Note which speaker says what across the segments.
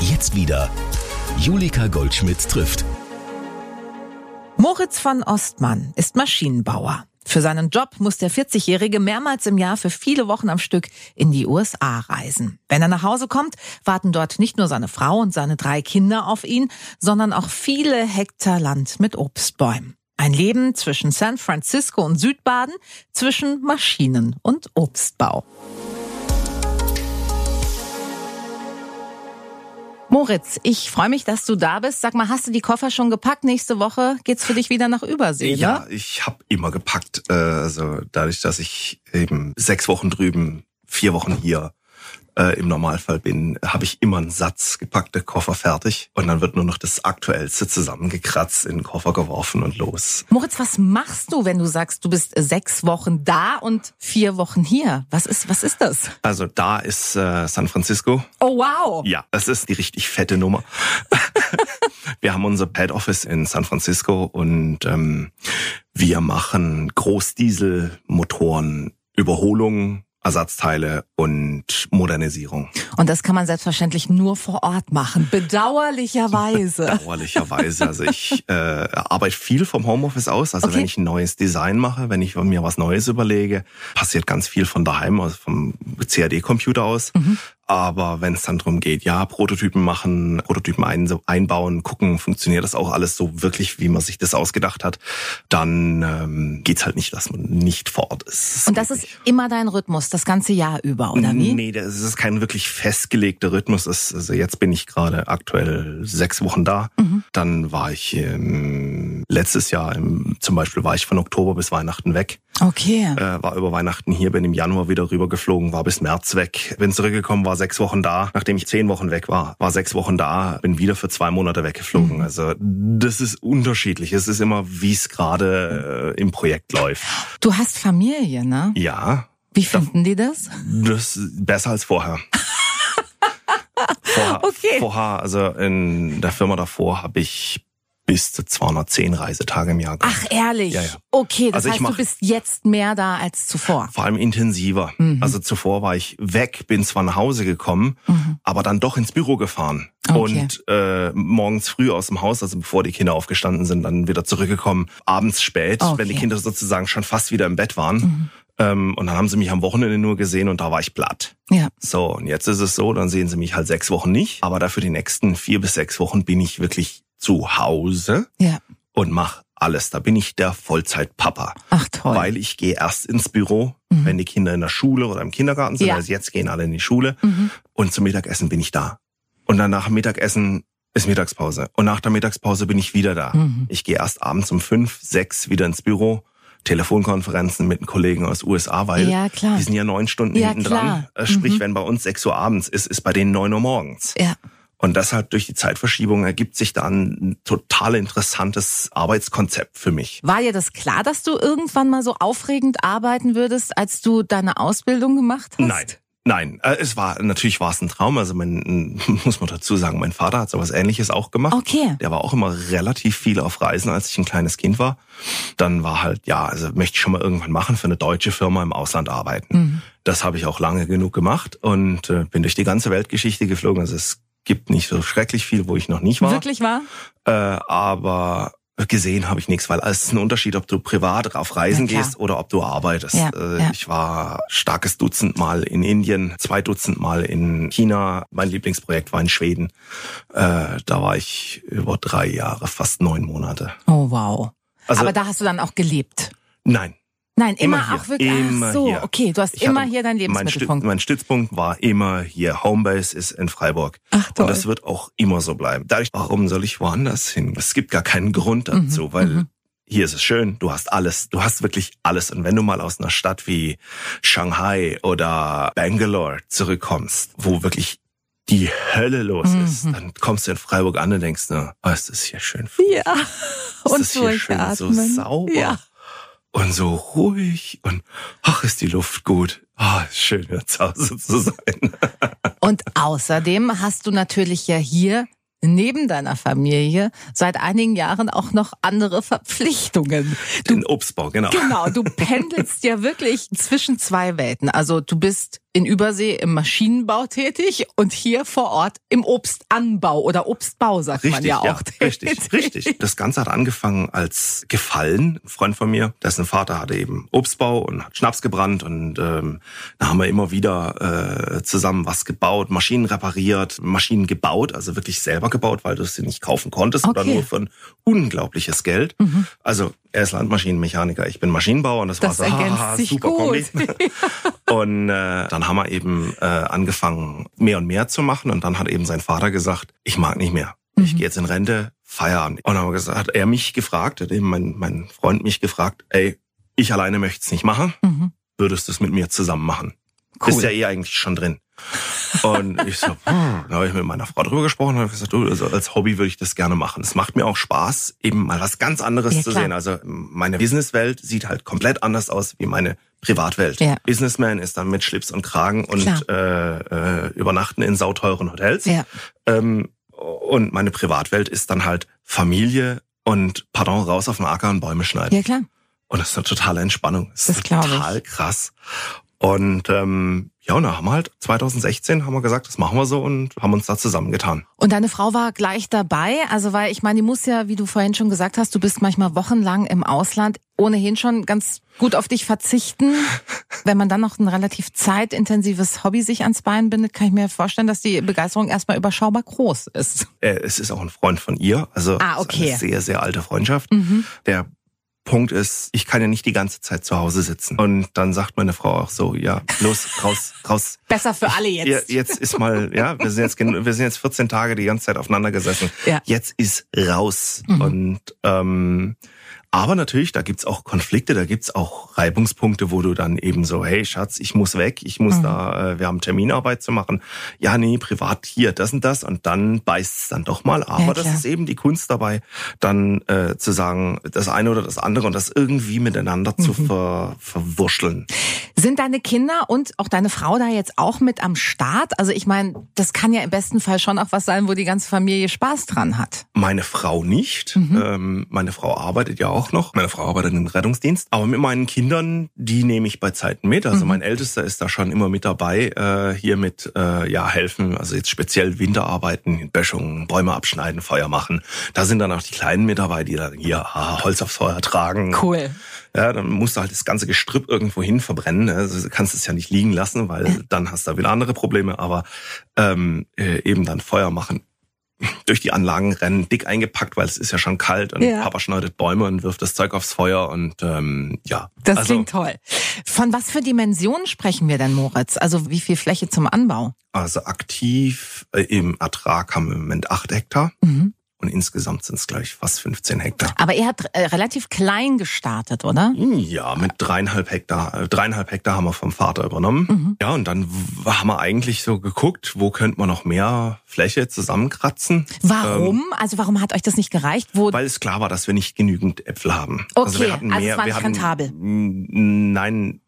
Speaker 1: Jetzt wieder Julika Goldschmidt trifft.
Speaker 2: Moritz von Ostmann ist Maschinenbauer. Für seinen Job muss der 40-Jährige mehrmals im Jahr für viele Wochen am Stück in die USA reisen. Wenn er nach Hause kommt, warten dort nicht nur seine Frau und seine drei Kinder auf ihn, sondern auch viele Hektar Land mit Obstbäumen. Ein Leben zwischen San Francisco und Südbaden, zwischen Maschinen und Obstbau. Moritz, ich freue mich, dass du da bist. Sag mal, hast du die Koffer schon gepackt? Nächste Woche geht's für dich wieder nach Übersee.
Speaker 3: Ja,
Speaker 2: Ne?
Speaker 3: ich habe immer gepackt. Äh, Also dadurch, dass ich eben sechs Wochen drüben, vier Wochen hier äh, im Normalfall bin, habe ich immer einen Satz gepackte Koffer fertig und dann wird nur noch das Aktuellste zusammengekratzt, in den Koffer geworfen und los.
Speaker 2: Moritz, was machst du, wenn du sagst, du bist sechs Wochen da und vier Wochen hier? Was ist, was ist das?
Speaker 3: Also da ist äh, San Francisco.
Speaker 2: Oh wow!
Speaker 3: Ja, das ist die richtig fette Nummer. wir haben unser Pad Office in San Francisco und ähm, wir machen Großdieselmotoren, Überholungen, Ersatzteile und Modernisierung.
Speaker 2: Und das kann man selbstverständlich nur vor Ort machen. Bedauerlicherweise.
Speaker 3: Bedauerlicherweise. Also ich äh, arbeite viel vom Homeoffice aus. Also
Speaker 2: Okay.
Speaker 3: wenn ich ein neues Design mache, wenn ich mir was Neues überlege, passiert ganz viel von daheim, also vom CAD-Computer aus.
Speaker 2: Mhm.
Speaker 3: Aber wenn es dann drum geht, ja, Prototypen machen, Prototypen ein, einbauen, gucken, funktioniert das auch alles so wirklich, wie man sich das ausgedacht hat, dann ähm, geht's halt nicht, dass man nicht vor Ort ist.
Speaker 2: Und das ist immer dein Rhythmus, das ganze Jahr über, oder wie?
Speaker 3: Nee, das ist kein wirklich festgelegter Rhythmus. Das- Also jetzt bin ich gerade aktuell sechs Wochen da. Dann war ich ähm, letztes Jahr im, zum Beispiel war ich von Oktober bis Weihnachten weg,
Speaker 2: Okay.
Speaker 3: äh, war über Weihnachten hier, bin im Januar wieder rübergeflogen, war bis März weg, bin zurückgekommen, war sechs Wochen da. Nachdem ich zehn Wochen weg war, war sechs Wochen da, bin wieder für zwei Monate weggeflogen. Also das ist unterschiedlich. Es ist immer, wie es gerade äh, im Projekt läuft.
Speaker 2: Du hast Familie, ne?
Speaker 3: Ja,
Speaker 2: Wie finden die das?
Speaker 3: Das ist besser als vorher. vorher,
Speaker 2: Okay.
Speaker 3: vorher, also in der Firma davor habe ich bis zu 210 Reisetage im Jahr
Speaker 2: Ach, ehrlich?
Speaker 3: Ja, ja.
Speaker 2: Okay, das
Speaker 3: Also ich
Speaker 2: heißt, du
Speaker 3: mach-
Speaker 2: bist jetzt mehr da als zuvor.
Speaker 3: Vor allem intensiver.
Speaker 2: Mhm.
Speaker 3: Also zuvor war ich weg, bin zwar nach Hause gekommen, aber dann doch ins Büro gefahren.
Speaker 2: Mhm. Okay.
Speaker 3: Und äh, morgens früh aus dem Haus, also bevor die Kinder aufgestanden sind, dann wieder zurückgekommen. Abends spät,
Speaker 2: Okay. Mhm.
Speaker 3: wenn die Kinder sozusagen schon fast wieder im Bett waren. Ähm, und dann haben sie mich am Wochenende nur gesehen und da war ich platt.
Speaker 2: Ja.
Speaker 3: So, und jetzt ist es so, dann sehen sie mich halt sechs Wochen nicht. Aber dafür die nächsten vier bis sechs Wochen bin ich wirklich zu Hause
Speaker 2: Ja.
Speaker 3: und mach alles. Da bin ich der Vollzeitpapa.
Speaker 2: Ach toll.
Speaker 3: Weil ich gehe erst ins Büro, wenn die Kinder in der Schule oder im Kindergarten sind.
Speaker 2: Ja.
Speaker 3: Also jetzt gehen alle in die Schule.
Speaker 2: Mhm,
Speaker 3: Und zum Mittagessen bin ich da. Und dann nach dem Mittagessen ist Mittagspause. Und nach der Mittagspause bin ich wieder da.
Speaker 2: Mhm.
Speaker 3: Ich gehe erst abends um fünf, sechs wieder ins Büro. Telefonkonferenzen mit den Kollegen aus USA, weil
Speaker 2: Ja, klar.
Speaker 3: die sind ja neun Stunden
Speaker 2: Ja,
Speaker 3: hinten
Speaker 2: klar. Mhm.
Speaker 3: dran. Äh, Sprich, wenn bei uns sechs Uhr abends ist, ist bei denen neun Uhr morgens.
Speaker 2: ja.
Speaker 3: Und deshalb durch die Zeitverschiebung ergibt sich da ein total interessantes Arbeitskonzept für mich.
Speaker 2: War dir das klar, dass du irgendwann mal so aufregend arbeiten würdest, als du deine Ausbildung gemacht hast?
Speaker 3: Nein. Nein, äh, es war natürlich war es ein Traum. Also mein muss man dazu sagen, mein Vater hat sowas Ähnliches auch gemacht.
Speaker 2: Okay.
Speaker 3: Der war auch immer relativ viel auf Reisen, als ich ein kleines Kind war. Dann war halt ja, also möchte ich schon mal irgendwann machen für eine deutsche Firma im Ausland arbeiten. Das habe ich auch lange genug gemacht und äh, bin durch die ganze Weltgeschichte geflogen. Also es gibt nicht so schrecklich viel, wo ich noch nicht war.
Speaker 2: Wirklich wahr?
Speaker 3: Äh, aber gesehen habe ich nichts, weil es ist ein Unterschied, ob du privat auf Reisen
Speaker 2: Ja, klar.
Speaker 3: gehst oder ob du arbeitest.
Speaker 2: Ja,
Speaker 3: äh,
Speaker 2: ja.
Speaker 3: Ich war starkes Dutzend Mal in Indien, zwei Dutzend Mal in China. Mein Lieblingsprojekt war in Schweden. Äh, da war ich über drei Jahre, fast neun Monate.
Speaker 2: Oh wow.
Speaker 3: Also-
Speaker 2: Aber da hast du dann auch gelebt.
Speaker 3: Nein.
Speaker 2: Nein, immer,
Speaker 3: Immer hier,
Speaker 2: auch wirklich.
Speaker 3: immer
Speaker 2: Ach so,
Speaker 3: hier.
Speaker 2: okay, du hast
Speaker 3: Ich
Speaker 2: immer
Speaker 3: hatte-
Speaker 2: hier deinen
Speaker 3: Mein, Stüt-
Speaker 2: Lebensmittelpunkt.
Speaker 3: mein Stützpunkt war immer hier. Homebase ist in Freiburg.
Speaker 2: Ach, toll.
Speaker 3: Und das wird auch immer so bleiben. Dadurch, warum soll ich woanders hin? Es gibt gar keinen Grund
Speaker 2: Mhm,
Speaker 3: dazu, weil hier ist es schön. Du hast alles. Du hast wirklich alles. Und wenn du mal aus einer Stadt wie Shanghai oder Bangalore zurückkommst, wo wirklich die Hölle los
Speaker 2: Mhm,
Speaker 3: ist, dann kommst du in Freiburg an und denkst nur, oh, ist das hier schön
Speaker 2: ja.
Speaker 3: ist
Speaker 2: Und
Speaker 3: das hier schön so
Speaker 2: durchatmen.
Speaker 3: sauber
Speaker 2: Ja.
Speaker 3: und so ruhig und ach, ist die Luft gut. Ah, ist schön, hier zu Hause zu sein.
Speaker 2: Und außerdem hast du natürlich ja hier neben deiner Familie seit einigen Jahren auch noch andere Verpflichtungen. Du
Speaker 3: Den Obstbau, genau.
Speaker 2: Genau, du pendelst ja wirklich zwischen zwei Welten. Also du bist in Übersee im Maschinenbau tätig und hier vor Ort im Obstanbau oder Obstbau, sagt man ja auch.
Speaker 3: richtig, richtig. Das Ganze hat angefangen als Gefallen. Ein Freund von mir, dessen Vater hatte eben Obstbau und hat Schnaps gebrannt und ähm, da haben wir immer wieder äh, zusammen was gebaut, Maschinen repariert, Maschinen gebaut, also wirklich selber gebaut, weil du sie nicht kaufen konntest oder
Speaker 2: Okay. Mhm.
Speaker 3: nur für ein unglaubliches Geld. Also er ist Landmaschinenmechaniker, ich bin Maschinenbauer und das,
Speaker 2: Das
Speaker 3: war so
Speaker 2: ergänzt
Speaker 3: haha,
Speaker 2: sich
Speaker 3: super
Speaker 2: gut.
Speaker 3: Kombi. Und äh, dann haben wir eben äh, angefangen, mehr und mehr zu machen. Und dann hat eben sein Vater gesagt, ich mag nicht mehr. Ich
Speaker 2: Mhm.
Speaker 3: gehe jetzt in Rente, Feierabend. Und dann haben wir gesagt, hat er mich gefragt, hat eben mein, mein Freund mich gefragt, ey, ich alleine möchte es nicht machen,
Speaker 2: Mhm.
Speaker 3: würdest du es mit mir zusammen machen?
Speaker 2: Cool.
Speaker 3: Ist ja eh eigentlich schon drin. Und ich so, hm. da habe ich mit meiner Frau drüber gesprochen und habe gesagt, du, also als Hobby würde ich das gerne machen. Es macht mir auch Spaß, eben mal was ganz anderes
Speaker 2: Ja,
Speaker 3: zu
Speaker 2: klar.
Speaker 3: sehen. Also meine Businesswelt sieht halt komplett anders aus wie meine Privatwelt.
Speaker 2: Ja.
Speaker 3: Businessman ist dann mit Schlips und Kragen und
Speaker 2: Klar.
Speaker 3: äh, äh, übernachten in sauteuren Hotels.
Speaker 2: Ja.
Speaker 3: Ähm, und meine Privatwelt ist dann halt Familie und pardon, raus auf den Acker und Bäume schneiden.
Speaker 2: Ja, klar.
Speaker 3: Und das ist eine totale Entspannung. Das,
Speaker 2: Das
Speaker 3: ist
Speaker 2: glaub ich.
Speaker 3: total krass. Und ähm, ja, und da haben wir halt 2016 haben wir gesagt, das machen wir so und haben uns da zusammengetan.
Speaker 2: Und deine Frau war gleich dabei, also weil ich meine, die muss ja, wie du vorhin schon gesagt hast, du bist manchmal wochenlang im Ausland ohnehin schon ganz gut auf dich verzichten. Wenn man dann noch ein relativ zeitintensives Hobby sich ans Bein bindet, kann ich mir vorstellen, dass die Begeisterung erstmal überschaubar groß ist.
Speaker 3: Äh, es ist auch ein Freund von ihr, also
Speaker 2: Ah,
Speaker 3: es ist
Speaker 2: okay. Mhm.
Speaker 3: eine sehr, sehr alte Freundschaft. Der Punkt ist, ich kann ja nicht die ganze Zeit zu Hause sitzen. Und dann sagt meine Frau auch so, ja, los, raus, raus.
Speaker 2: Besser für alle jetzt.
Speaker 3: Jetzt, jetzt ist mal, ja, wir sind jetzt, gen- wir sind jetzt 14 Tage die ganze Zeit aufeinander gesessen.
Speaker 2: Ja. Mhm.
Speaker 3: Jetzt ist raus. Und ähm, aber natürlich, da gibt's auch Konflikte, da gibt's auch Reibungspunkte, wo du dann eben so, hey Schatz, ich muss weg, ich
Speaker 2: Mhm.
Speaker 3: muss da, äh, wir haben Terminarbeit zu machen. Ja, nee, privat hier, das und das. Und dann beißt's dann doch mal. Aber das
Speaker 2: klar.
Speaker 3: ist eben die Kunst dabei, dann äh, zu sagen, das eine oder das andere und das irgendwie miteinander zu
Speaker 2: Mhm.
Speaker 3: ver verwurscheln.
Speaker 2: Sind deine Kinder und auch deine Frau da jetzt auch mit am Start? Also ich meine, das kann ja im besten Fall schon auch was sein, wo die ganze Familie Spaß dran hat.
Speaker 3: Meine Frau nicht. Ähm, meine Frau arbeitet ja auch noch. Meine Frau arbeitet im Rettungsdienst. Aber mit meinen Kindern, die nehme ich bei Zeiten mit. Also mein Ältester ist da schon immer mit dabei, äh, hier mit äh, ja helfen. Also jetzt speziell Winterarbeiten, Böschungen, Bäume abschneiden, Feuer machen. Da sind dann auch die Kleinen mit dabei, die dann hier ah, Holz aufs Feuer tragen.
Speaker 2: Cool.
Speaker 3: Ja, dann musst du halt das ganze Gestrüpp irgendwo hin verbrennen. ne? Also du kannst es ja nicht liegen lassen, weil dann hast du da wieder andere Probleme. Aber ähm, äh, eben dann Feuer machen, durch die Anlagen rennen, dick eingepackt, weil es ist ja schon kalt und
Speaker 2: Ja.
Speaker 3: Papa schneidet Bäume und wirft das Zeug aufs Feuer und ähm, ja.
Speaker 2: Das
Speaker 3: also,
Speaker 2: klingt toll. Von was für Dimensionen sprechen wir denn, Moritz? Also wie viel Fläche zum Anbau?
Speaker 3: also aktiv äh, im Ertrag haben wir im Moment acht Hektar
Speaker 2: Mhm.
Speaker 3: und insgesamt sind es gleich fast 15 Hektar.
Speaker 2: Aber ihr habt äh, relativ klein gestartet, oder?
Speaker 3: Ja, mit dreieinhalb Hektar. äh, Dreieinhalb Hektar haben wir vom Vater übernommen.
Speaker 2: Mhm.
Speaker 3: Ja, und dann w- haben wir eigentlich so geguckt, wo könnte man noch mehr Fläche zusammenkratzen. Ähm,
Speaker 2: Warum? also warum hat euch das nicht gereicht? Wo
Speaker 3: Weil es klar war, dass wir nicht genügend Äpfel haben.
Speaker 2: Okay, also es war nicht rentabel.
Speaker 3: m, Nein.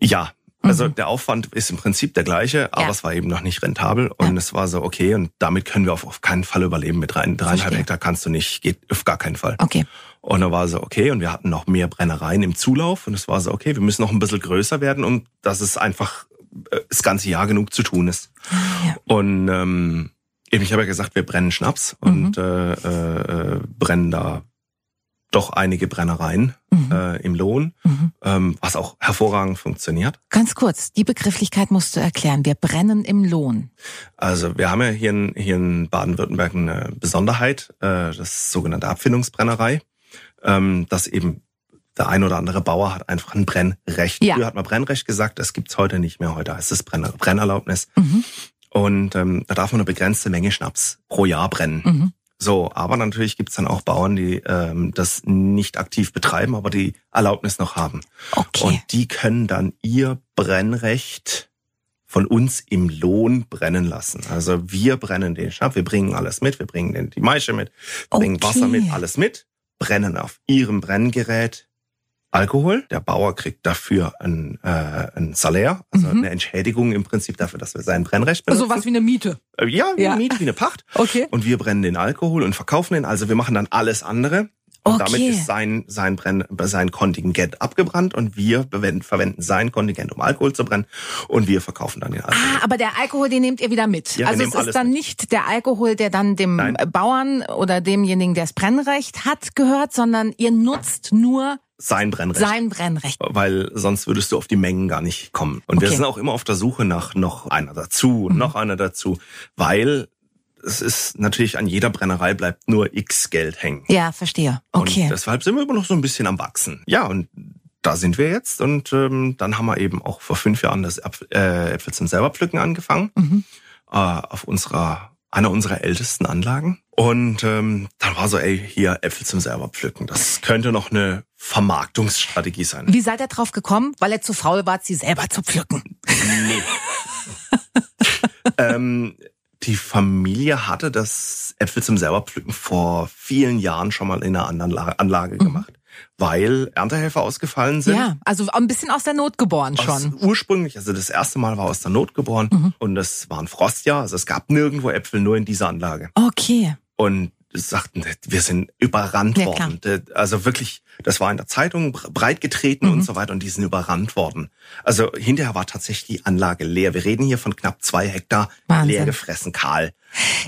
Speaker 3: Ja. Also der Aufwand ist im Prinzip der gleiche, aber
Speaker 2: Mhm. Ja.
Speaker 3: es war eben noch nicht rentabel und es war so okay und damit können wir auf, auf keinen Fall überleben mit rein, dreieinhalb
Speaker 2: Verstehe.
Speaker 3: Hektar kannst du nicht, geht auf gar keinen Fall.
Speaker 2: Okay.
Speaker 3: Und dann war so, okay, und wir hatten noch mehr Brennereien im Zulauf und es war so, okay, wir müssen noch ein bisschen größer werden, um dass es einfach äh, das ganze Jahr genug zu tun ist. Und ähm, eben, ich habe ja gesagt, wir brennen Schnaps und äh, äh, äh, brennen da doch einige Brennereien äh, im Lohn, ähm, was auch hervorragend funktioniert.
Speaker 2: Ganz kurz, die Begrifflichkeit musst du erklären. Wir brennen im Lohn.
Speaker 3: Also wir haben ja hier in, hier in Baden-Württemberg eine Besonderheit, äh, das sogenannte Abfindungsbrennerei, ähm, dass eben der ein oder andere Bauer hat einfach ein Brennrecht.
Speaker 2: Ja.
Speaker 3: Früher hat man Brennrecht gesagt, das gibt's heute nicht mehr. Heute heißt es Brenner Brennerlaubnis. Und ähm, da darf man eine begrenzte Menge Schnaps pro Jahr brennen.
Speaker 2: Mhm.
Speaker 3: So, aber natürlich gibt's dann auch Bauern, die ähm, das nicht aktiv betreiben, aber die Erlaubnis noch haben.
Speaker 2: Okay.
Speaker 3: Und die können dann ihr Brennrecht von uns im Lohn brennen lassen. Also wir brennen den Schnaps, wir bringen alles mit, wir bringen den, die Maische mit, bringen
Speaker 2: Okay.
Speaker 3: Wasser mit, alles mit, brennen auf ihrem Brenngerät Alkohol. Der Bauer kriegt dafür ein, äh, ein Salär, also
Speaker 2: Mhm.
Speaker 3: eine Entschädigung im Prinzip dafür, dass wir sein Brennrecht benutzen.
Speaker 2: wie eine Miete.
Speaker 3: Äh, ja, wie
Speaker 2: Also Ja.
Speaker 3: eine Miete, wie eine Pacht.
Speaker 2: Okay.
Speaker 3: Und wir brennen den Alkohol und verkaufen den. Also wir machen dann alles andere. Und damit
Speaker 2: Okay.
Speaker 3: ist sein, sein, Brenn, sein Kontingent abgebrannt und wir bewenden, verwenden sein Kontingent, um Alkohol zu brennen und wir verkaufen dann den Alkohol.
Speaker 2: Ah, aber der Alkohol, den nehmt ihr wieder mit.
Speaker 3: Ja, wir
Speaker 2: also es
Speaker 3: nehmen
Speaker 2: ist
Speaker 3: alles
Speaker 2: dann nicht der Alkohol, der dann dem
Speaker 3: Nein.
Speaker 2: äh, Bauern oder demjenigen, der das Brennrecht hat, gehört, sondern ihr nutzt nur
Speaker 3: Sein Brennrecht.
Speaker 2: sein Brennrecht.
Speaker 3: weil sonst würdest du auf die Mengen gar nicht kommen. Und wir
Speaker 2: Okay. Mhm.
Speaker 3: sind auch immer auf der Suche nach noch einer dazu, noch einer dazu, weil es ist natürlich an jeder Brennerei bleibt nur X Geld hängen.
Speaker 2: Ja, verstehe. Okay.
Speaker 3: Und deshalb sind wir immer noch so ein bisschen am Wachsen. Ja, und da sind wir jetzt. Und ähm, dann haben wir eben auch vor fünf Jahren das Äpfel, äh, Äpfel zum selberpflücken angefangen. Äh, auf unserer, einer unserer ältesten Anlagen. Und ähm, dann war so, ey, hier Äpfel zum selberpflücken. Das könnte noch eine Vermarktungsstrategie sein.
Speaker 2: Wie seid ihr drauf gekommen? Weil ihr zu faul wart, sie selber zu pflücken.
Speaker 3: Nee. ähm, die Familie hatte das Äpfel zum selberpflücken vor vielen Jahren schon mal in einer anderen La Anlage gemacht, weil Erntehelfer ausgefallen sind.
Speaker 2: Mhm. Ja, also ein bisschen aus der Not geboren
Speaker 3: Aus-
Speaker 2: schon. Mhm.
Speaker 3: Ursprünglich, also das erste Mal war aus der Not geboren und das war ein Frostjahr, also es gab nirgendwo Äpfel, nur in dieser Anlage.
Speaker 2: Okay.
Speaker 3: Und sagten, wir sind überrannt
Speaker 2: Ja,
Speaker 3: worden. Also wirklich, das war in der Zeitung bre- breit getreten
Speaker 2: Mhm.
Speaker 3: und so weiter und die sind überrannt worden. Also hinterher war tatsächlich die Anlage leer. Wir reden hier von knapp zwei Hektar
Speaker 2: Wahnsinn.
Speaker 3: leer gefressen, kahl.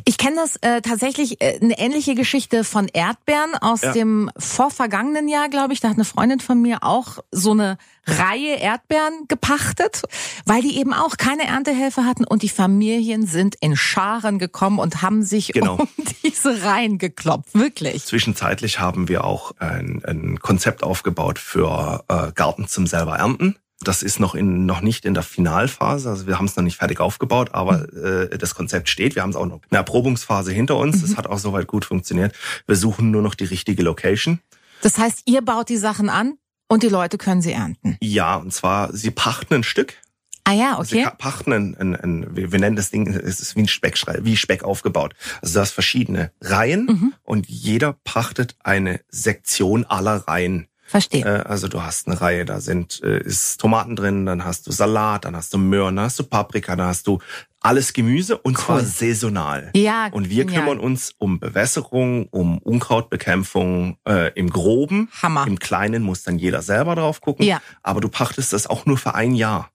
Speaker 2: Ich kenne das äh, tatsächlich äh, eine ähnliche Geschichte von Erdbeeren aus
Speaker 3: Ja.
Speaker 2: dem vorvergangenen Jahr, glaube ich. Da hat eine Freundin von mir auch so eine Reihe Erdbeeren gepachtet, weil die eben auch keine Erntehelfer hatten und die Familien sind in Scharen gekommen und haben sich
Speaker 3: Genau.
Speaker 2: um diese Reihen gekloppt. Wirklich.
Speaker 3: Zwischenzeitlich haben wir auch ein, ein Konzept aufgebaut für äh, Garten zum selber ernten. Das ist noch in noch nicht in der Finalphase, also wir haben es noch nicht fertig aufgebaut, aber
Speaker 2: Mhm.
Speaker 3: äh, das Konzept steht. Wir haben es auch noch eine Erprobungsphase hinter uns. Das hat auch soweit gut funktioniert. Wir suchen nur noch die richtige Location.
Speaker 2: Das heißt, ihr baut die Sachen an und die Leute können sie ernten.
Speaker 3: Ja, und zwar sie pachten ein Stück.
Speaker 2: Ah ja,
Speaker 3: Sie
Speaker 2: okay.
Speaker 3: ka- pachten ein, ein, ein wir wir nennen das Ding, es ist wie ein Speck, wie Speck aufgebaut. Also du hast verschiedene Reihen und jeder pachtet eine Sektion aller Reihen.
Speaker 2: Verstehe.
Speaker 3: Äh, also du hast eine Reihe, da sind äh, ist Tomaten drin, dann hast du Salat, dann hast du Möhren, dann hast du Paprika, dann hast du alles Gemüse und zwar saisonal.
Speaker 2: Ja,
Speaker 3: Und wir
Speaker 2: genial.
Speaker 3: kümmern uns um Bewässerung, um Unkrautbekämpfung äh, im Groben.
Speaker 2: Hammer.
Speaker 3: Im Kleinen muss dann jeder selber drauf gucken.
Speaker 2: Ja. Mhm.
Speaker 3: Aber du pachtest das auch nur für ein Jahr.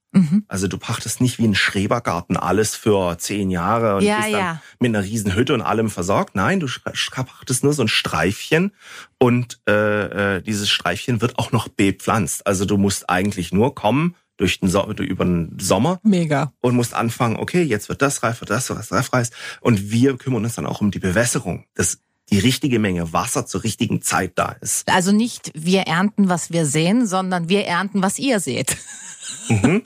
Speaker 3: Also du pachtest nicht wie ein Schrebergarten alles für zehn Jahre und
Speaker 2: Ja,
Speaker 3: bist dann
Speaker 2: ja.
Speaker 3: mit einer riesen Hütte und allem versorgt. Nein, du sch- sch- pachtest nur so ein Streifchen und äh, äh, dieses Streifchen wird auch noch bepflanzt. Also du musst eigentlich nur kommen durch den so über den Sommer
Speaker 2: Mega.
Speaker 3: und musst anfangen, okay, jetzt wird das reif, wird das, wird das reif, reif. Und wir kümmern uns dann auch um die Bewässerung, dass die richtige Menge Wasser zur richtigen Zeit da ist.
Speaker 2: Also nicht wir ernten, was wir sehen, sondern wir ernten, was ihr seht. Das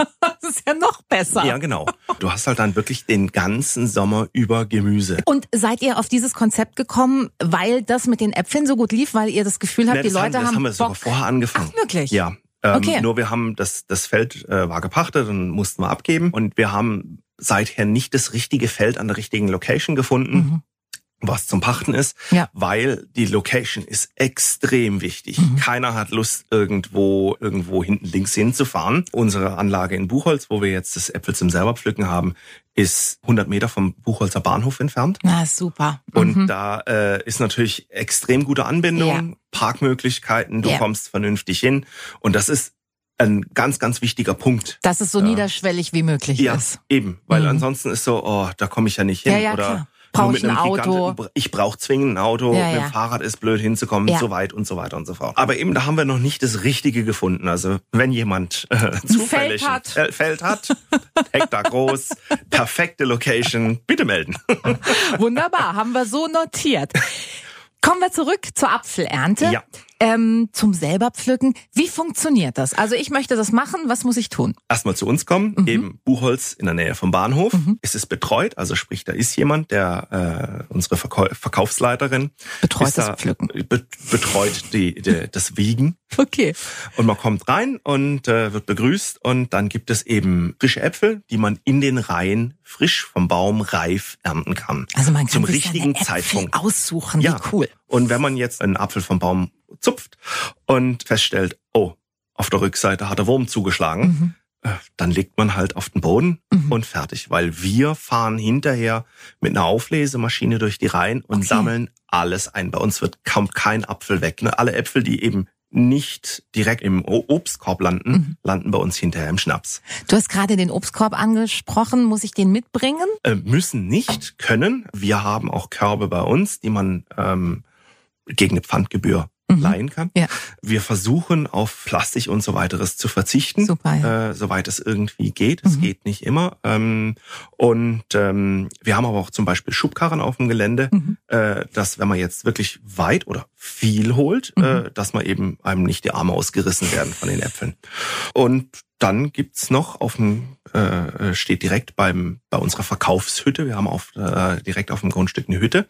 Speaker 2: ist ja noch besser.
Speaker 3: Mhm. Ja, genau. Du hast halt dann wirklich den ganzen Sommer über Gemüse.
Speaker 2: Und seid ihr auf dieses Konzept gekommen, weil das mit den Äpfeln so gut lief, weil ihr das Gefühl habt,
Speaker 3: Ja,
Speaker 2: die
Speaker 3: Ne, das
Speaker 2: Leute
Speaker 3: haben, das haben wir sogar
Speaker 2: Bock.
Speaker 3: vorher angefangen.
Speaker 2: Ach, wirklich?
Speaker 3: Ja. Ähm,
Speaker 2: Okay.
Speaker 3: Nur wir haben das, das Feld äh, war gepachtet und mussten wir abgeben. Und wir haben seither nicht das richtige Feld an der richtigen Location gefunden. was zum Pachten ist,
Speaker 2: Mhm. Ja.
Speaker 3: weil die Location ist extrem wichtig.
Speaker 2: Mhm.
Speaker 3: Keiner hat Lust, irgendwo, irgendwo hinten links hinzufahren. Unsere Anlage in Buchholz, wo wir jetzt das Äpfel zum selberpflücken haben, ist 100 Meter vom Buchholzer Bahnhof entfernt.
Speaker 2: Na super. Mhm.
Speaker 3: Und da äh, ist natürlich extrem gute Anbindung,
Speaker 2: Ja.
Speaker 3: Parkmöglichkeiten, du
Speaker 2: Ja.
Speaker 3: kommst vernünftig hin. Und das ist ein ganz, ganz wichtiger Punkt.
Speaker 2: Dass es so niederschwellig wie möglich
Speaker 3: Ja,
Speaker 2: ist.
Speaker 3: eben, weil ansonsten ist so, oh, da komme ich ja nicht hin.
Speaker 2: Mhm. Ja, ja,
Speaker 3: oder
Speaker 2: klar.
Speaker 3: nur
Speaker 2: Brauch
Speaker 3: mit
Speaker 2: ich ein
Speaker 3: einem
Speaker 2: Auto?
Speaker 3: Giganten- Ich brauche zwingend ein Auto,
Speaker 2: Ja,
Speaker 3: mit
Speaker 2: ja.
Speaker 3: dem Fahrrad ist blöd hinzukommen,
Speaker 2: Ja.
Speaker 3: so weit und so weiter und so fort. Aber eben, da haben wir noch nicht das Richtige gefunden. Also wenn jemand äh, zufällig
Speaker 2: Feld hat.
Speaker 3: Fel- Feld hat Hektar groß, perfekte Location, bitte melden.
Speaker 2: Wunderbar, haben wir so notiert. Kommen wir zurück zur Apfelernte.
Speaker 3: Ja.
Speaker 2: Ähm, zum selber pflücken. Wie funktioniert das? Also ich möchte das machen, was muss ich tun?
Speaker 3: erstmal zu uns kommen,
Speaker 2: Mhm.
Speaker 3: eben Buchholz in der Nähe vom Bahnhof. Es ist betreut, also sprich, da ist jemand, der äh, unsere Verkäu Verkaufsleiterin
Speaker 2: Betreut
Speaker 3: ist
Speaker 2: das
Speaker 3: da-
Speaker 2: Pflücken.
Speaker 3: Be betreut die, die, das Wiegen.
Speaker 2: Okay.
Speaker 3: Und man kommt rein und äh, wird begrüßt und dann gibt es eben frische Äpfel, die man in den Reihen frisch vom Baum reif ernten kann.
Speaker 2: Also man kann
Speaker 3: Zum
Speaker 2: sich seine
Speaker 3: richtigen
Speaker 2: Äpfel
Speaker 3: Zeitpunkt.
Speaker 2: aussuchen.
Speaker 3: Ja.
Speaker 2: Wie cool.
Speaker 3: Und wenn man jetzt einen Apfel vom Baum zupft und feststellt, oh, auf der Rückseite hat der Wurm zugeschlagen, äh, dann legt man halt auf den Boden und fertig. Weil wir fahren hinterher mit einer Auflesemaschine durch die Reihen und sammeln alles ein. Bei uns wird kaum kein Apfel weg. Ne? Alle Äpfel, die eben nicht direkt im O- Obstkorb landen, landen bei uns hinterher im Schnaps.
Speaker 2: Du hast gerade den Obstkorb angesprochen. Muss ich den mitbringen?
Speaker 3: Äh, müssen nicht, können. Wir haben auch Körbe bei uns, die man ähm, gegen eine Pfandgebühr leihen kann.
Speaker 2: Mhm. Ja.
Speaker 3: Wir versuchen auf Plastik und so weiteres zu verzichten,
Speaker 2: Super, ja. Mhm.
Speaker 3: äh, soweit es irgendwie geht. Es geht nicht immer. Ähm, und ähm, wir haben aber auch zum Beispiel Schubkarren auf dem Gelände,
Speaker 2: Mhm.
Speaker 3: äh, dass wenn man jetzt wirklich weit oder viel holt,
Speaker 2: Mhm.
Speaker 3: äh, dass man eben einem nicht die Arme ausgerissen werden von den Äpfeln. Und dann gibt's noch auf dem, äh, steht direkt beim, bei unserer Verkaufshütte, wir haben auf, äh, direkt auf dem Grundstück eine Hütte,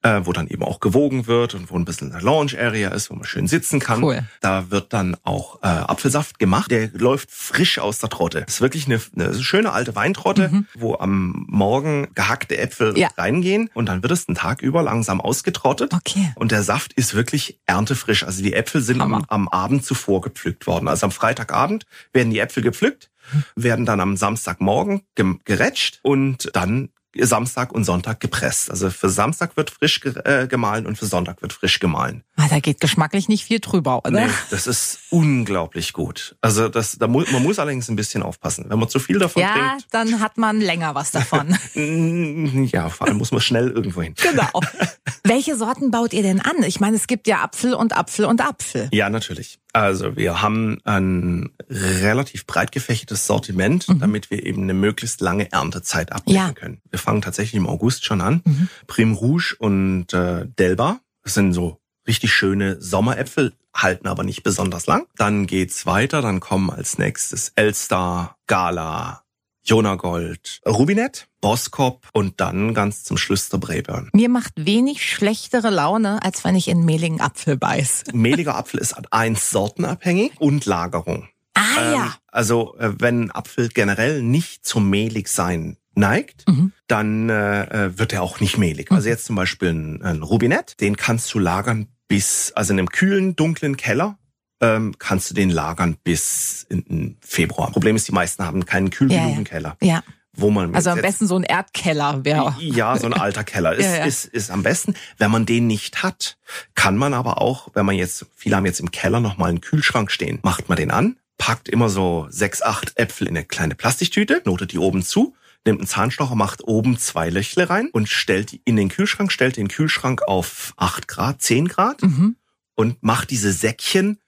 Speaker 3: äh, wo dann eben auch gewogen wird und wo ein bisschen eine Lounge Area ist, wo man schön sitzen kann.
Speaker 2: Cool.
Speaker 3: Da wird dann auch äh, Apfelsaft gemacht. Der läuft frisch aus der Trotte. Das ist wirklich eine, eine schöne alte Weintrotte, wo am Morgen gehackte Äpfel
Speaker 2: Mhm. Ja.
Speaker 3: reingehen und dann wird es den Tag über langsam ausgetrottet.
Speaker 2: Okay.
Speaker 3: Und der Saft ist wirklich erntefrisch. Also die Äpfel sind am,
Speaker 2: Hammer.
Speaker 3: am Abend zuvor gepflückt worden. Also am Freitagabend werden die Äpfel gepflückt, werden dann am Samstagmorgen gem- geretscht und dann Samstag und Sonntag gepresst. Also für Samstag wird frisch ge äh, gemahlen und für Sonntag wird frisch gemahlen.
Speaker 2: Ah, da geht geschmacklich nicht viel drüber, oder?
Speaker 3: Nee, das ist unglaublich gut. Also das, da mu man muss allerdings ein bisschen aufpassen. Wenn man zu viel davon
Speaker 2: Ja,
Speaker 3: trinkt,
Speaker 2: dann hat man länger was davon.
Speaker 3: mm, ja, vor allem muss man schnell irgendwo hin.
Speaker 2: genau. Welche Sorten baut ihr denn an? Ich meine, es gibt ja Apfel und Apfel und Apfel.
Speaker 3: Ja, natürlich. Also wir haben ein relativ breit gefächertes Sortiment, damit wir eben eine möglichst lange Erntezeit abdecken
Speaker 2: Ja.
Speaker 3: können. Wir fangen tatsächlich im August schon an. Prim Rouge und äh, Delba das sind so richtig schöne Sommeräpfel, halten aber nicht besonders lang. Dann geht's weiter, dann kommen als nächstes Elster, Gala, Jonagold, Rubinet, Boskop und dann ganz zum Schluss der Braeburn.
Speaker 2: Mir macht wenig schlechtere Laune, als wenn ich in mehligen Apfel beiß.
Speaker 3: Mehliger Apfel ist an eins sortenabhängig und Lagerung.
Speaker 2: Ah
Speaker 3: Ähm,
Speaker 2: ja.
Speaker 3: Also äh, wenn ein Apfel generell nicht zum mehlig sein neigt,
Speaker 2: Mhm.
Speaker 3: dann äh, äh, wird er auch nicht mehlig. Also jetzt zum Beispiel ein, ein Rubinett, den kannst du lagern bis, also in einem kühlen, dunklen Keller ähm, kannst du den lagern bis in, in Februar. Problem ist, die meisten haben keinen kühl
Speaker 2: Ja, ja.
Speaker 3: genügen Keller,
Speaker 2: Ja.
Speaker 3: wo man
Speaker 2: Also
Speaker 3: jetzt-
Speaker 2: am besten so ein Erdkeller wäre.
Speaker 3: ja, so ein alter Keller ist,
Speaker 2: Ja, ja.
Speaker 3: Ist, ist am besten. Wenn man den nicht hat, kann man aber auch, wenn man jetzt, viele haben jetzt im Keller nochmal einen Kühlschrank stehen, macht man den an, packt immer so sechs, acht Äpfel in eine kleine Plastiktüte, notet die oben zu, nimmt einen Zahnstocher, macht oben zwei Löchle rein und stellt die in den Kühlschrank, stellt den Kühlschrank auf acht Grad, zehn Grad
Speaker 2: Mhm.
Speaker 3: und macht diese Säckchen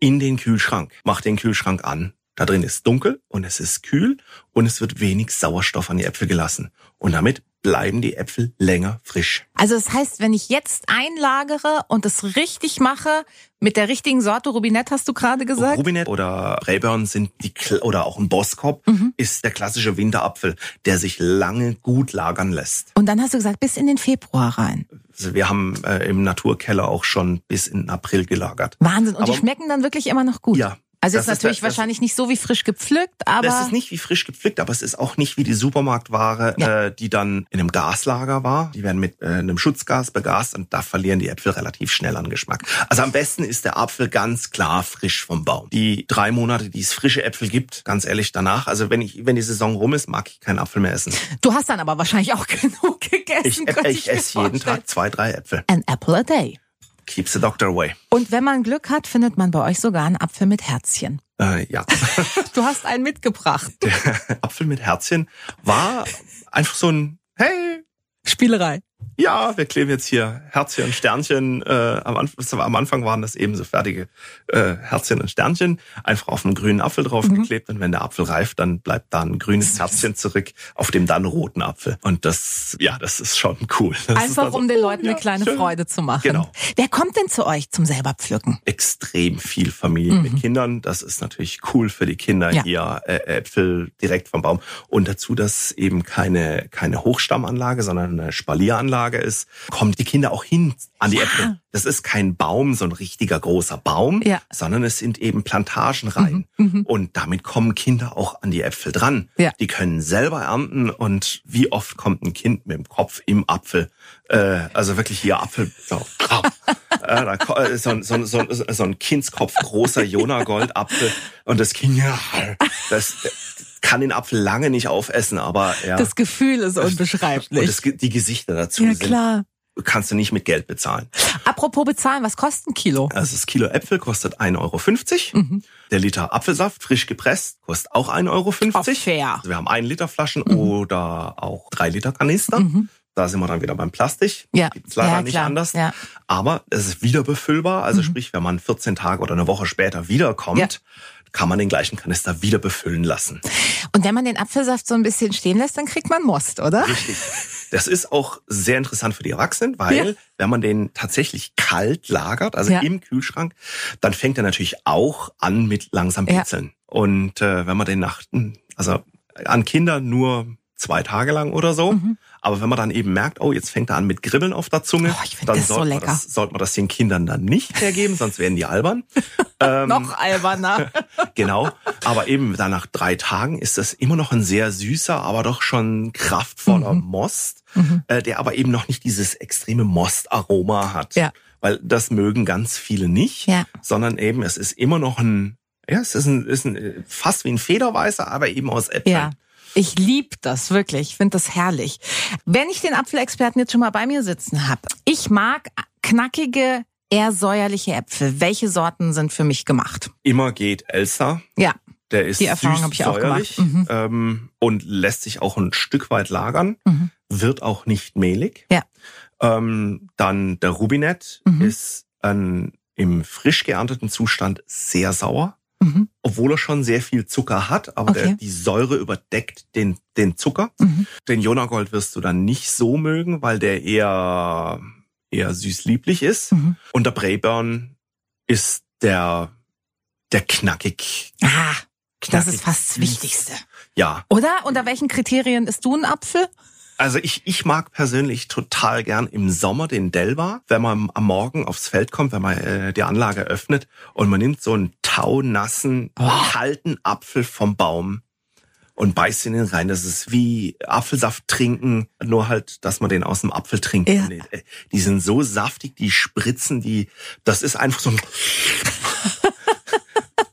Speaker 3: in den Kühlschrank. Macht den Kühlschrank an. Da drin ist dunkel und es ist kühl und es wird wenig Sauerstoff an die Äpfel gelassen. Und damit bleiben die Äpfel länger frisch.
Speaker 2: Also das heißt, wenn ich jetzt einlagere und es richtig mache, mit der richtigen Sorte Rubinett hast du gerade gesagt.
Speaker 3: Rubinet oder Rayburn sind die Kl- oder auch ein Boskop ist der klassische Winterapfel, der sich lange gut lagern lässt.
Speaker 2: und dann hast du gesagt, bis in den Februar rein.
Speaker 3: Also wir haben äh, im Naturkeller auch schon bis in den April gelagert.
Speaker 2: Wahnsinn. Und die
Speaker 3: Aber-
Speaker 2: schmecken dann wirklich immer noch gut.
Speaker 3: Ja.
Speaker 2: Also
Speaker 3: Das
Speaker 2: ist
Speaker 3: ist
Speaker 2: natürlich
Speaker 3: der- das-
Speaker 2: wahrscheinlich nicht so wie frisch gepflückt, aber
Speaker 3: Das ist nicht wie frisch gepflückt, aber es ist auch nicht wie die Supermarktware,
Speaker 2: Ja.
Speaker 3: äh, die dann in einem Gaslager war. Die werden mit äh, einem Schutzgas begast und da verlieren die Äpfel relativ schnell an Geschmack. Also am besten ist der Apfel ganz klar frisch vom Baum. Die drei Monate, die es frische Äpfel gibt, ganz ehrlich danach, also wenn ich, wenn die Saison rum ist, mag ich keinen Apfel mehr essen.
Speaker 2: du hast dann aber wahrscheinlich auch genug gegessen.
Speaker 3: Ich,
Speaker 2: könnte
Speaker 3: ich
Speaker 2: mir
Speaker 3: esse jeden
Speaker 2: vorstellen.
Speaker 3: Tag zwei, drei Äpfel.
Speaker 2: An apple a day.
Speaker 3: Keeps the doctor away.
Speaker 2: Und wenn man Glück hat, findet man bei euch sogar einen Apfel mit Herzchen.
Speaker 3: Äh, ja.
Speaker 2: Du hast einen mitgebracht.
Speaker 3: Apfel mit Herzchen war einfach so ein, hey,
Speaker 2: Spielerei.
Speaker 3: ja, wir kleben jetzt hier Herzchen und Sternchen. Äh, am, Anf das war- am Anfang waren das eben so fertige äh, Herzchen und Sternchen, einfach auf einen grünen Apfel draufgeklebt.
Speaker 2: Mhm.
Speaker 3: Und wenn der Apfel reift, dann bleibt da ein grünes Herzchen zurück auf dem dann roten Apfel. Und das, ja, das ist schon cool. Das ist
Speaker 2: Einfach
Speaker 3: also,
Speaker 2: um den Leuten
Speaker 3: oh, ja,
Speaker 2: eine kleine
Speaker 3: schön.
Speaker 2: Freude zu machen.
Speaker 3: Genau.
Speaker 2: Wer kommt denn zu euch zum selber pflücken?
Speaker 3: Extrem viel Familie mit Kindern. Das ist natürlich cool für die Kinder
Speaker 2: Mhm. Ja.
Speaker 3: hier. Äh, Äpfel direkt vom Baum. Und dazu, dass eben keine, keine Hochstammanlage, sondern eine Spalieranlage ist, kommen die Kinder auch hin an die Äpfel. Das ist kein Baum, so ein richtiger großer Baum,
Speaker 2: Ja. Mhm.
Speaker 3: sondern es sind eben Plantagen rein. Und damit kommen Kinder auch an die Äpfel dran.
Speaker 2: Ja.
Speaker 3: Die können selber ernten und wie oft kommt ein Kind mit dem Kopf im Apfel, äh, also wirklich hier Apfel, so, au. Äh, da ko- äh, so, ein- so, ein- so, ein- so ein Kindskopf großer Jonagold-Apfel und das Kind, ja, das kann den Apfel lange nicht aufessen, aber ja.
Speaker 2: Das Gefühl ist
Speaker 3: Und
Speaker 2: unbeschreiblich.
Speaker 3: das, Ge- die Gesichter dazu
Speaker 2: ja
Speaker 3: sind
Speaker 2: klar.
Speaker 3: kannst du nicht mit Geld bezahlen.
Speaker 2: Apropos bezahlen, was kostet ein Kilo? Mhm.
Speaker 3: Also das Kilo Äpfel kostet 1,50 Euro. Der Liter Apfelsaft, frisch gepresst, kostet auch 1,50 Euro.
Speaker 2: Auch fair. Mhm.
Speaker 3: Also wir haben 1 Liter Flaschen oder auch 3 Liter Kanister. Da sind wir dann wieder beim Plastik.
Speaker 2: Ja.
Speaker 3: Gibt's leider
Speaker 2: Ja,
Speaker 3: nicht
Speaker 2: klar.
Speaker 3: anders.
Speaker 2: Ja. Mhm.
Speaker 3: Aber es ist wieder befüllbar. Also sprich, wenn man 14 Tage oder eine Woche später wiederkommt,
Speaker 2: Ja.
Speaker 3: kann man den gleichen Kanister wieder befüllen lassen.
Speaker 2: Und wenn man den Apfelsaft so ein bisschen stehen lässt, dann kriegt man Most, oder?
Speaker 3: Richtig. Das ist auch sehr interessant für die Erwachsenen, weil
Speaker 2: Ja.
Speaker 3: wenn man den tatsächlich kalt lagert, also
Speaker 2: Ja.
Speaker 3: im Kühlschrank, dann fängt er natürlich auch an mit langsam
Speaker 2: Ja.
Speaker 3: Pitzeln. Und äh, wenn man den nach, also an Kinder nur zwei Tage lang oder so,
Speaker 2: Mhm.
Speaker 3: aber wenn man dann eben merkt, oh, jetzt fängt er an mit Kribbeln auf der Zunge,
Speaker 2: Oh, ich find
Speaker 3: dann
Speaker 2: das so
Speaker 3: sollte, man
Speaker 2: lecker.
Speaker 3: das, sollte man das den Kindern dann nicht hergeben, sonst werden die albern. Ähm,
Speaker 2: Noch alberner.
Speaker 3: Genau. Aber eben dann nach drei Tagen ist das immer noch ein sehr süßer, aber doch schon kraftvoller
Speaker 2: Mhm.
Speaker 3: Most, äh, der aber eben noch nicht dieses extreme Mostaroma hat.
Speaker 2: Ja.
Speaker 3: Weil das mögen ganz viele nicht,
Speaker 2: Ja.
Speaker 3: sondern eben es ist immer noch ein, ja, es ist ein, ist ein äh, fast wie ein Federweißer, aber eben aus Äpfeln.
Speaker 2: Ja. Ich lieb das wirklich, ich finde das herrlich. Wenn ich den Apfelexperten jetzt schon mal bei mir sitzen habe, ich mag knackige, eher säuerliche Äpfel. Welche Sorten sind für mich gemacht?
Speaker 3: Immer geht Elsa.
Speaker 2: Ja,
Speaker 3: Der ist
Speaker 2: Die Erfahrung
Speaker 3: süß,
Speaker 2: hab ich auch
Speaker 3: säuerlich,
Speaker 2: gemacht. Mhm.
Speaker 3: ähm, und lässt sich auch ein Stück weit lagern,
Speaker 2: Mhm.
Speaker 3: wird auch nicht mehlig.
Speaker 2: Ja.
Speaker 3: Ähm, dann der Rubinett
Speaker 2: Mhm.
Speaker 3: ist ein, im frisch geernteten Zustand sehr sauer,
Speaker 2: Mhm.
Speaker 3: obwohl er schon sehr viel Zucker hat, aber der,
Speaker 2: Okay.
Speaker 3: die Säure überdeckt den, den Zucker.
Speaker 2: Mhm.
Speaker 3: Den Jonagold wirst du dann nicht so mögen, weil der eher, eher süß-lieblich ist.
Speaker 2: Mhm.
Speaker 3: Und der Brayburn ist der, der knackig.
Speaker 2: Ah, das
Speaker 3: knackig
Speaker 2: ist fast das
Speaker 3: süß.
Speaker 2: Wichtigste.
Speaker 3: Ja,
Speaker 2: Oder? Unter welchen Kriterien isst du ein Apfel?
Speaker 3: Also ich, ich mag persönlich total gern im Sommer den Delva, wenn man am Morgen aufs Feld kommt, wenn man äh, die Anlage öffnet und man nimmt so einen taunassen, kalten Apfel vom Baum und beißt in den rein. Das ist wie Apfelsaft trinken, nur halt, dass man den aus dem Apfel trinkt.
Speaker 2: Ja.
Speaker 3: Und Die, äh, die sind so saftig, die spritzen, die, das ist einfach so ein...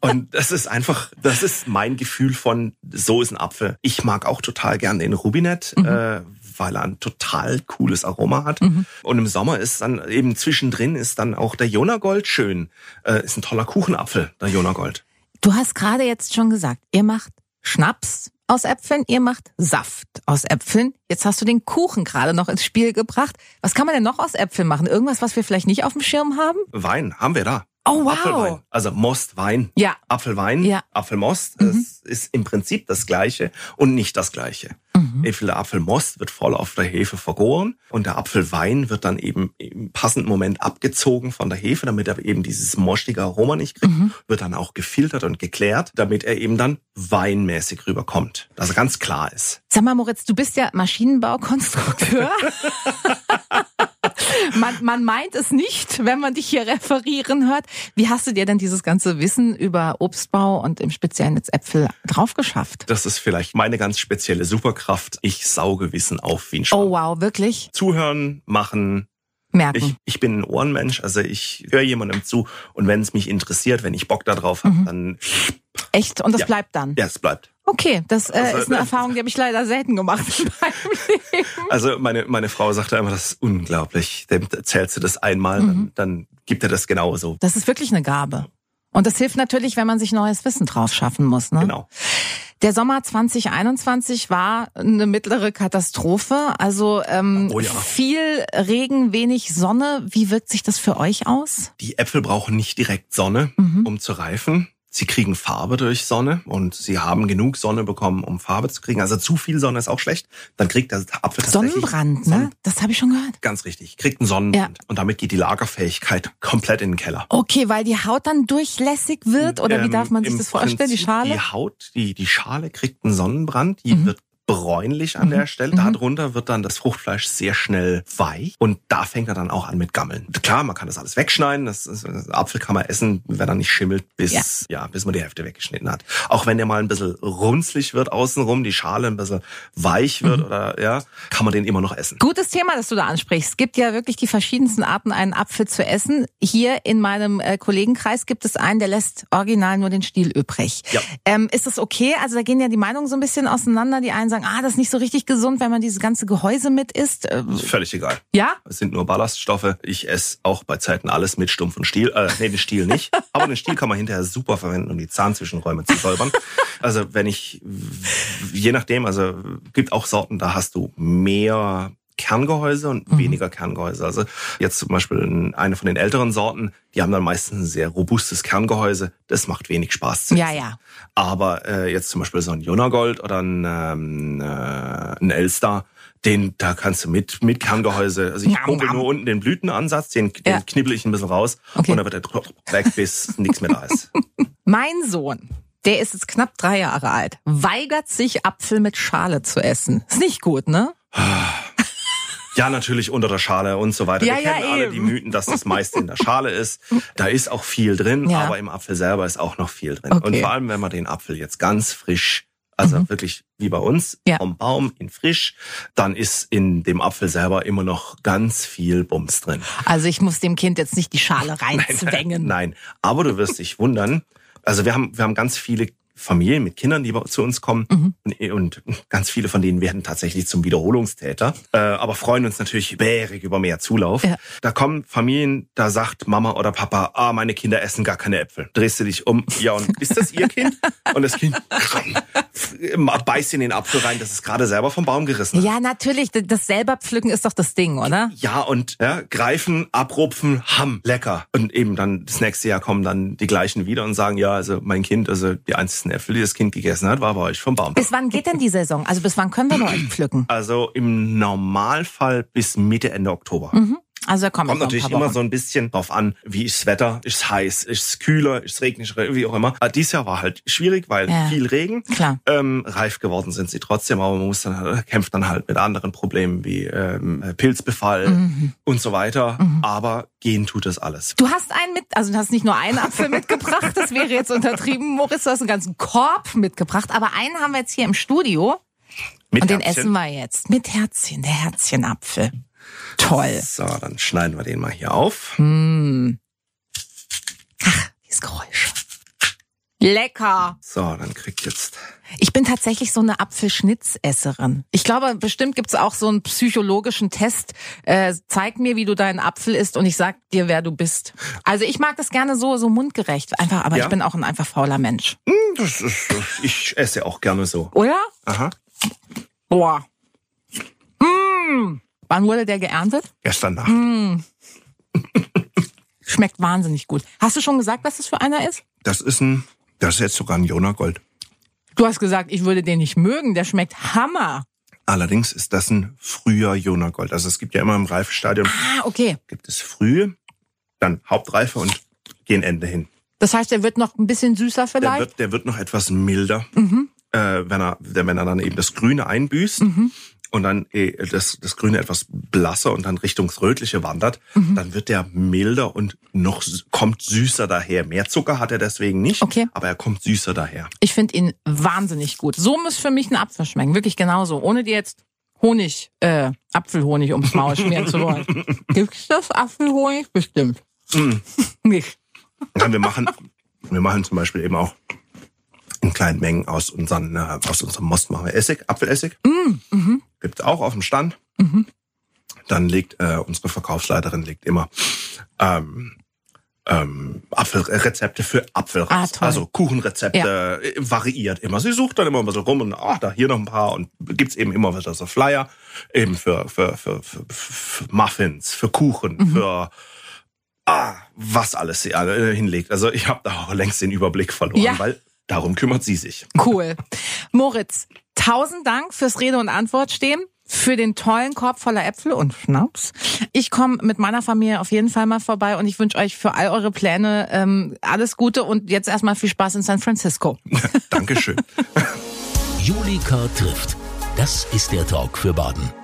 Speaker 3: Und das ist einfach, das ist mein Gefühl von, so ist ein Apfel. Ich mag auch total gern den Rubinet,
Speaker 2: Mhm.
Speaker 3: äh, weil er ein total cooles Aroma hat. Und im Sommer ist dann eben zwischendrin ist dann auch der Jonagold schön. Äh, ist ein toller Kuchenapfel, der Jonagold.
Speaker 2: Du hast gerade jetzt schon gesagt, ihr macht Schnaps aus Äpfeln, ihr macht Saft aus Äpfeln. Jetzt hast du den Kuchen gerade noch ins Spiel gebracht. Was kann man denn noch aus Äpfeln machen? Irgendwas, was wir vielleicht nicht auf dem Schirm haben?
Speaker 3: Wein haben wir da.
Speaker 2: Oh, wow.
Speaker 3: Apfelwein. Also Mostwein.
Speaker 2: Ja.
Speaker 3: Apfelwein,
Speaker 2: Ja. Mhm.
Speaker 3: Apfelmost, das ist im Prinzip das Gleiche und nicht das Gleiche.
Speaker 2: Mhm.
Speaker 3: Äpfel- Der Apfelmost wird voll auf der Hefe vergoren und der Apfelwein wird dann eben im passenden Moment abgezogen von der Hefe, damit er eben dieses moschtige Aroma nicht kriegt,
Speaker 2: Mhm.
Speaker 3: wird dann auch gefiltert und geklärt, damit er eben dann weinmäßig rüberkommt, dass er ganz klar ist.
Speaker 2: Sag mal, Moritz, du bist ja Maschinenbaukonstrukteur. man, man meint es nicht, wenn man dich hier referieren hört. Wie hast du dir denn dieses ganze Wissen über Obstbau und im Speziellen jetzt Äpfel draufgeschafft?
Speaker 3: Das ist vielleicht meine ganz spezielle Superkraft. Ich sauge Wissen auf wie ein Schwamm.
Speaker 2: Oh, wow, wirklich?
Speaker 3: Zuhören, machen,
Speaker 2: Merken.
Speaker 3: Ich, ich bin ein Ohrenmensch, also ich höre jemandem zu und wenn es mich interessiert, wenn ich Bock da drauf
Speaker 2: Mhm.
Speaker 3: habe, dann
Speaker 2: Echt? Und das
Speaker 3: Ja.
Speaker 2: bleibt dann?
Speaker 3: ja, es bleibt.
Speaker 2: Okay, das äh,
Speaker 3: Also,
Speaker 2: ist eine
Speaker 3: äh,
Speaker 2: Erfahrung, die habe ich leider selten gemacht in meinem Leben.
Speaker 3: Also meine, meine Frau sagte immer, das ist unglaublich. Dem erzählst du das einmal,
Speaker 2: Mhm.
Speaker 3: dann, dann gibt er das genauso.
Speaker 2: Das ist wirklich eine Gabe. Und das hilft natürlich, wenn man sich neues Wissen drauf schaffen muss. Ne?
Speaker 3: Genau.
Speaker 2: Der Sommer 2021 war eine mittlere Katastrophe. Also ähm,
Speaker 3: Oh ja.
Speaker 2: viel Regen, wenig Sonne. Wie wirkt sich das für euch aus?
Speaker 3: Die Äpfel brauchen nicht direkt Sonne,
Speaker 2: Mhm.
Speaker 3: um zu reifen. Sie kriegen Farbe durch Sonne und sie haben genug Sonne bekommen, um Farbe zu kriegen. Also zu viel Sonne ist auch schlecht. Dann kriegt der Apfel tatsächlich
Speaker 2: Sonnenbrand, ne?
Speaker 3: Sonnen-
Speaker 2: Das habe ich schon gehört.
Speaker 3: Ganz richtig, kriegt einen Sonnenbrand.
Speaker 2: Ja.
Speaker 3: Und damit geht die Lagerfähigkeit komplett in den Keller.
Speaker 2: Okay, weil die Haut dann durchlässig wird oder wie
Speaker 3: Ähm,
Speaker 2: darf man sich
Speaker 3: im
Speaker 2: das vorstellen? Die
Speaker 3: Prinzip
Speaker 2: Schale? Mhm.
Speaker 3: Die Haut, die, die Schale kriegt einen Sonnenbrand, die wird bräunlich an der Stelle. Darunter wird dann das Fruchtfleisch sehr schnell weich und da fängt er dann auch an mit Gammeln. Klar, man kann das alles wegschneiden, das, ist, das Apfel kann man essen, wenn er nicht schimmelt, bis,
Speaker 2: Ja.
Speaker 3: ja. bis man die Hälfte weggeschnitten hat. Auch wenn der mal ein bisschen runzlig wird außenrum, die Schale ein bisschen weich
Speaker 2: Mhm.
Speaker 3: wird oder, ja, kann man den immer noch essen.
Speaker 2: Gutes Thema, das du da ansprichst. Es gibt ja wirklich die verschiedensten Arten, einen Apfel zu essen. Hier in meinem äh, Kollegenkreis gibt es einen, der lässt original nur den Stiel übrig.
Speaker 3: Ja.
Speaker 2: Ähm, ist das okay? Also da gehen ja die Meinungen so ein bisschen auseinander. Die einen sagen, sagen, ah, das ist nicht so richtig gesund, wenn man dieses ganze Gehäuse mit isst. Ähm,
Speaker 3: Ist völlig egal.
Speaker 2: ja?
Speaker 3: Es sind nur Ballaststoffe. Ich esse auch bei Zeiten alles mit Stumpf und Stiel. Äh, nee, den Stiel nicht. Aber den Stiel kann man hinterher super verwenden, um die Zahnzwischenräume zu säubern. Also wenn ich, je nachdem, also gibt auch Sorten, da hast du mehr Kerngehäuse und weniger Kerngehäuse. Also jetzt zum Beispiel in- eine von den älteren Sorten, die haben dann meistens ein sehr robustes Kerngehäuse. Das macht wenig Spaß zu
Speaker 2: Ja,
Speaker 3: essen.
Speaker 2: ja.
Speaker 3: Aber äh, jetzt zum Beispiel so ein Jonagold oder ein, ähm, äh, ein Elster, den da kannst du mit mit Kerngehäuse, also ich
Speaker 2: Nam,
Speaker 3: kurbel
Speaker 2: nam.
Speaker 3: nur unten den Blütenansatz, den, den
Speaker 2: Ja.
Speaker 3: knibbel ich ein bisschen raus
Speaker 2: Okay.
Speaker 3: und dann wird er drop- weg, bis nichts mehr da ist.
Speaker 2: Mein Sohn, der ist jetzt knapp drei Jahre alt, weigert sich, Apfel mit Schale zu essen. Ist nicht gut, ne?
Speaker 3: Ja, natürlich unter der Schale und so weiter.
Speaker 2: Ja,
Speaker 3: Wir
Speaker 2: ja,
Speaker 3: kennen alle
Speaker 2: eben.
Speaker 3: die Mythen, dass das meiste in der Schale ist. Da ist auch viel drin,
Speaker 2: Ja.
Speaker 3: aber im Apfel selber ist auch noch viel drin.
Speaker 2: Okay. Mhm.
Speaker 3: Und vor allem, wenn man den Apfel jetzt ganz frisch, also wirklich wie bei uns,
Speaker 2: Ja.
Speaker 3: vom Baum in frisch, dann ist in dem Apfel selber immer noch ganz viel Bums drin.
Speaker 2: Also ich muss dem Kind jetzt nicht die Schale reinzwängen.
Speaker 3: Nein, aber du wirst dich wundern. Also wir haben, wir haben ganz viele Familien mit Kindern, die bei- zu uns kommen und, und ganz viele von denen werden tatsächlich zum Wiederholungstäter, äh, aber freuen uns natürlich bärig über mehr Zulauf.
Speaker 2: Ja.
Speaker 3: Da kommen Familien, da sagt Mama oder Papa, ah, meine Kinder essen gar keine Äpfel. Drehst du dich um, ja und ist das ihr Kind? Und das Kind beißt in den Apfel rein, das ist gerade selber vom Baum gerissen. hat.
Speaker 2: Ja, natürlich. d- Das selber pflücken ist doch das Ding, oder?
Speaker 3: Ja, und ja, greifen, abrupfen, ham, lecker. Und eben dann das nächste Jahr kommen dann die gleichen wieder und sagen, ja, also mein Kind, also die einzigen Äpfel, die das Kind gegessen hat, war bei euch vom Baum.
Speaker 2: Bis wann geht denn die Saison? Also bis wann können wir bei euch pflücken?
Speaker 3: Also im Normalfall bis Mitte, Ende Oktober.
Speaker 2: Also da kommen
Speaker 3: Kommt
Speaker 2: noch ein
Speaker 3: natürlich
Speaker 2: paar
Speaker 3: immer
Speaker 2: Wochen.
Speaker 3: so ein bisschen drauf an, wie ist das Wetter, ist es heiß, ist es kühler, ist es regnisch, wie auch immer. Aber dieses Jahr war halt schwierig, weil
Speaker 2: Ja.
Speaker 3: viel Regen.
Speaker 2: Klar.
Speaker 3: Ähm, reif geworden sind sie trotzdem, aber man muss dann, halt- kämpft dann halt mit anderen Problemen wie ähm, Pilzbefall
Speaker 2: Mhm.
Speaker 3: und so weiter. Aber gehen tut das alles.
Speaker 2: Du hast einen mit, also du hast nicht nur einen Apfel mitgebracht, das wäre jetzt untertrieben, Moritz, du hast einen ganzen Korb mitgebracht, aber einen haben wir jetzt hier im Studio
Speaker 3: Mit
Speaker 2: und den
Speaker 3: Herzchen.
Speaker 2: essen wir jetzt. Mit Herzchen, der Herzchenapfel. Toll.
Speaker 3: So, dann schneiden wir den mal hier auf.
Speaker 2: Hm. Dieses Geräusch. Lecker.
Speaker 3: So, dann kriegt jetzt.
Speaker 2: Ich bin tatsächlich so eine Apfelschnitzesserin. Ich glaube, bestimmt gibt's auch so einen psychologischen Test. Äh, zeig mir, wie du deinen Apfel isst und ich sag dir, wer du bist. Also ich mag das gerne so, so mundgerecht. Einfach, aber
Speaker 3: Ja.
Speaker 2: ich bin auch ein einfach fauler Mensch.
Speaker 3: Hm, Das ist, ich esse auch gerne so.
Speaker 2: Oder?
Speaker 3: Aha.
Speaker 2: Boah. Mm. Wann wurde der geerntet?
Speaker 3: Gestern Nacht.
Speaker 2: Hm. Schmeckt wahnsinnig gut. Hast du schon gesagt, was das für einer ist?
Speaker 3: Das ist ein. Das ist jetzt sogar ein Jonagold.
Speaker 2: Du hast gesagt, ich würde den nicht mögen. Der schmeckt Hammer.
Speaker 3: Allerdings ist das ein früher Jonagold. Also es gibt ja immer im Reifestadium
Speaker 2: Ah, okay.
Speaker 3: gibt es frühe, dann Hauptreife und gehen Ende hin.
Speaker 2: Das heißt, der wird noch ein bisschen süßer
Speaker 3: Der
Speaker 2: vielleicht? Mhm.
Speaker 3: wird, der wird noch etwas milder, äh, wenn, er, wenn er dann eben das Grüne einbüßt
Speaker 2: Mhm.
Speaker 3: und dann äh, das, das Grüne etwas blasser und dann Richtungs Rötliche wandert,
Speaker 2: Mhm.
Speaker 3: dann wird der milder und noch s- kommt süßer daher. Mehr Zucker hat er deswegen nicht,
Speaker 2: Okay.
Speaker 3: aber er kommt süßer daher.
Speaker 2: Ich finde ihn wahnsinnig gut. So muss für mich ein Apfel schmecken. Wirklich genauso. Ohne dir jetzt Honig, äh, Apfelhonig ums Maul schmieren zu wollen. Gibt's das Apfelhonig? Bestimmt. Nicht.
Speaker 3: Ja, wir machen, wir machen zum Beispiel eben auch in kleinen Mengen aus, unseren, äh, aus unserem Most machen wir Essig, Apfelessig.
Speaker 2: Mm, mhm.
Speaker 3: Gibt's auch auf dem Stand. Dann legt äh, unsere Verkaufsleiterin legt immer ähm, ähm, Apfelrezepte für Apfel
Speaker 2: Ah,
Speaker 3: raus.
Speaker 2: toll.
Speaker 3: also Kuchenrezepte äh, variiert immer. Sie sucht dann immer ein bisschen rum und ach, da hier noch ein paar und gibt's eben immer wieder so Flyer eben für, für, für, für, für Muffins, für Kuchen,
Speaker 2: Mhm.
Speaker 3: für ah, was alles sie alle äh, hinlegt. Also ich habe da auch längst den Überblick verloren,
Speaker 2: Ja.
Speaker 3: weil darum kümmert sie sich.
Speaker 2: Cool. Moritz, tausend Dank fürs Rede und Antwort stehen, für den tollen Korb voller Äpfel und Schnaps. Ich komme mit meiner Familie auf jeden Fall mal vorbei und ich wünsche euch für all eure Pläne ähm, alles Gute und jetzt erstmal viel Spaß in San Francisco.
Speaker 3: Dankeschön.
Speaker 1: Julika trifft. Das ist der Talk für Baden.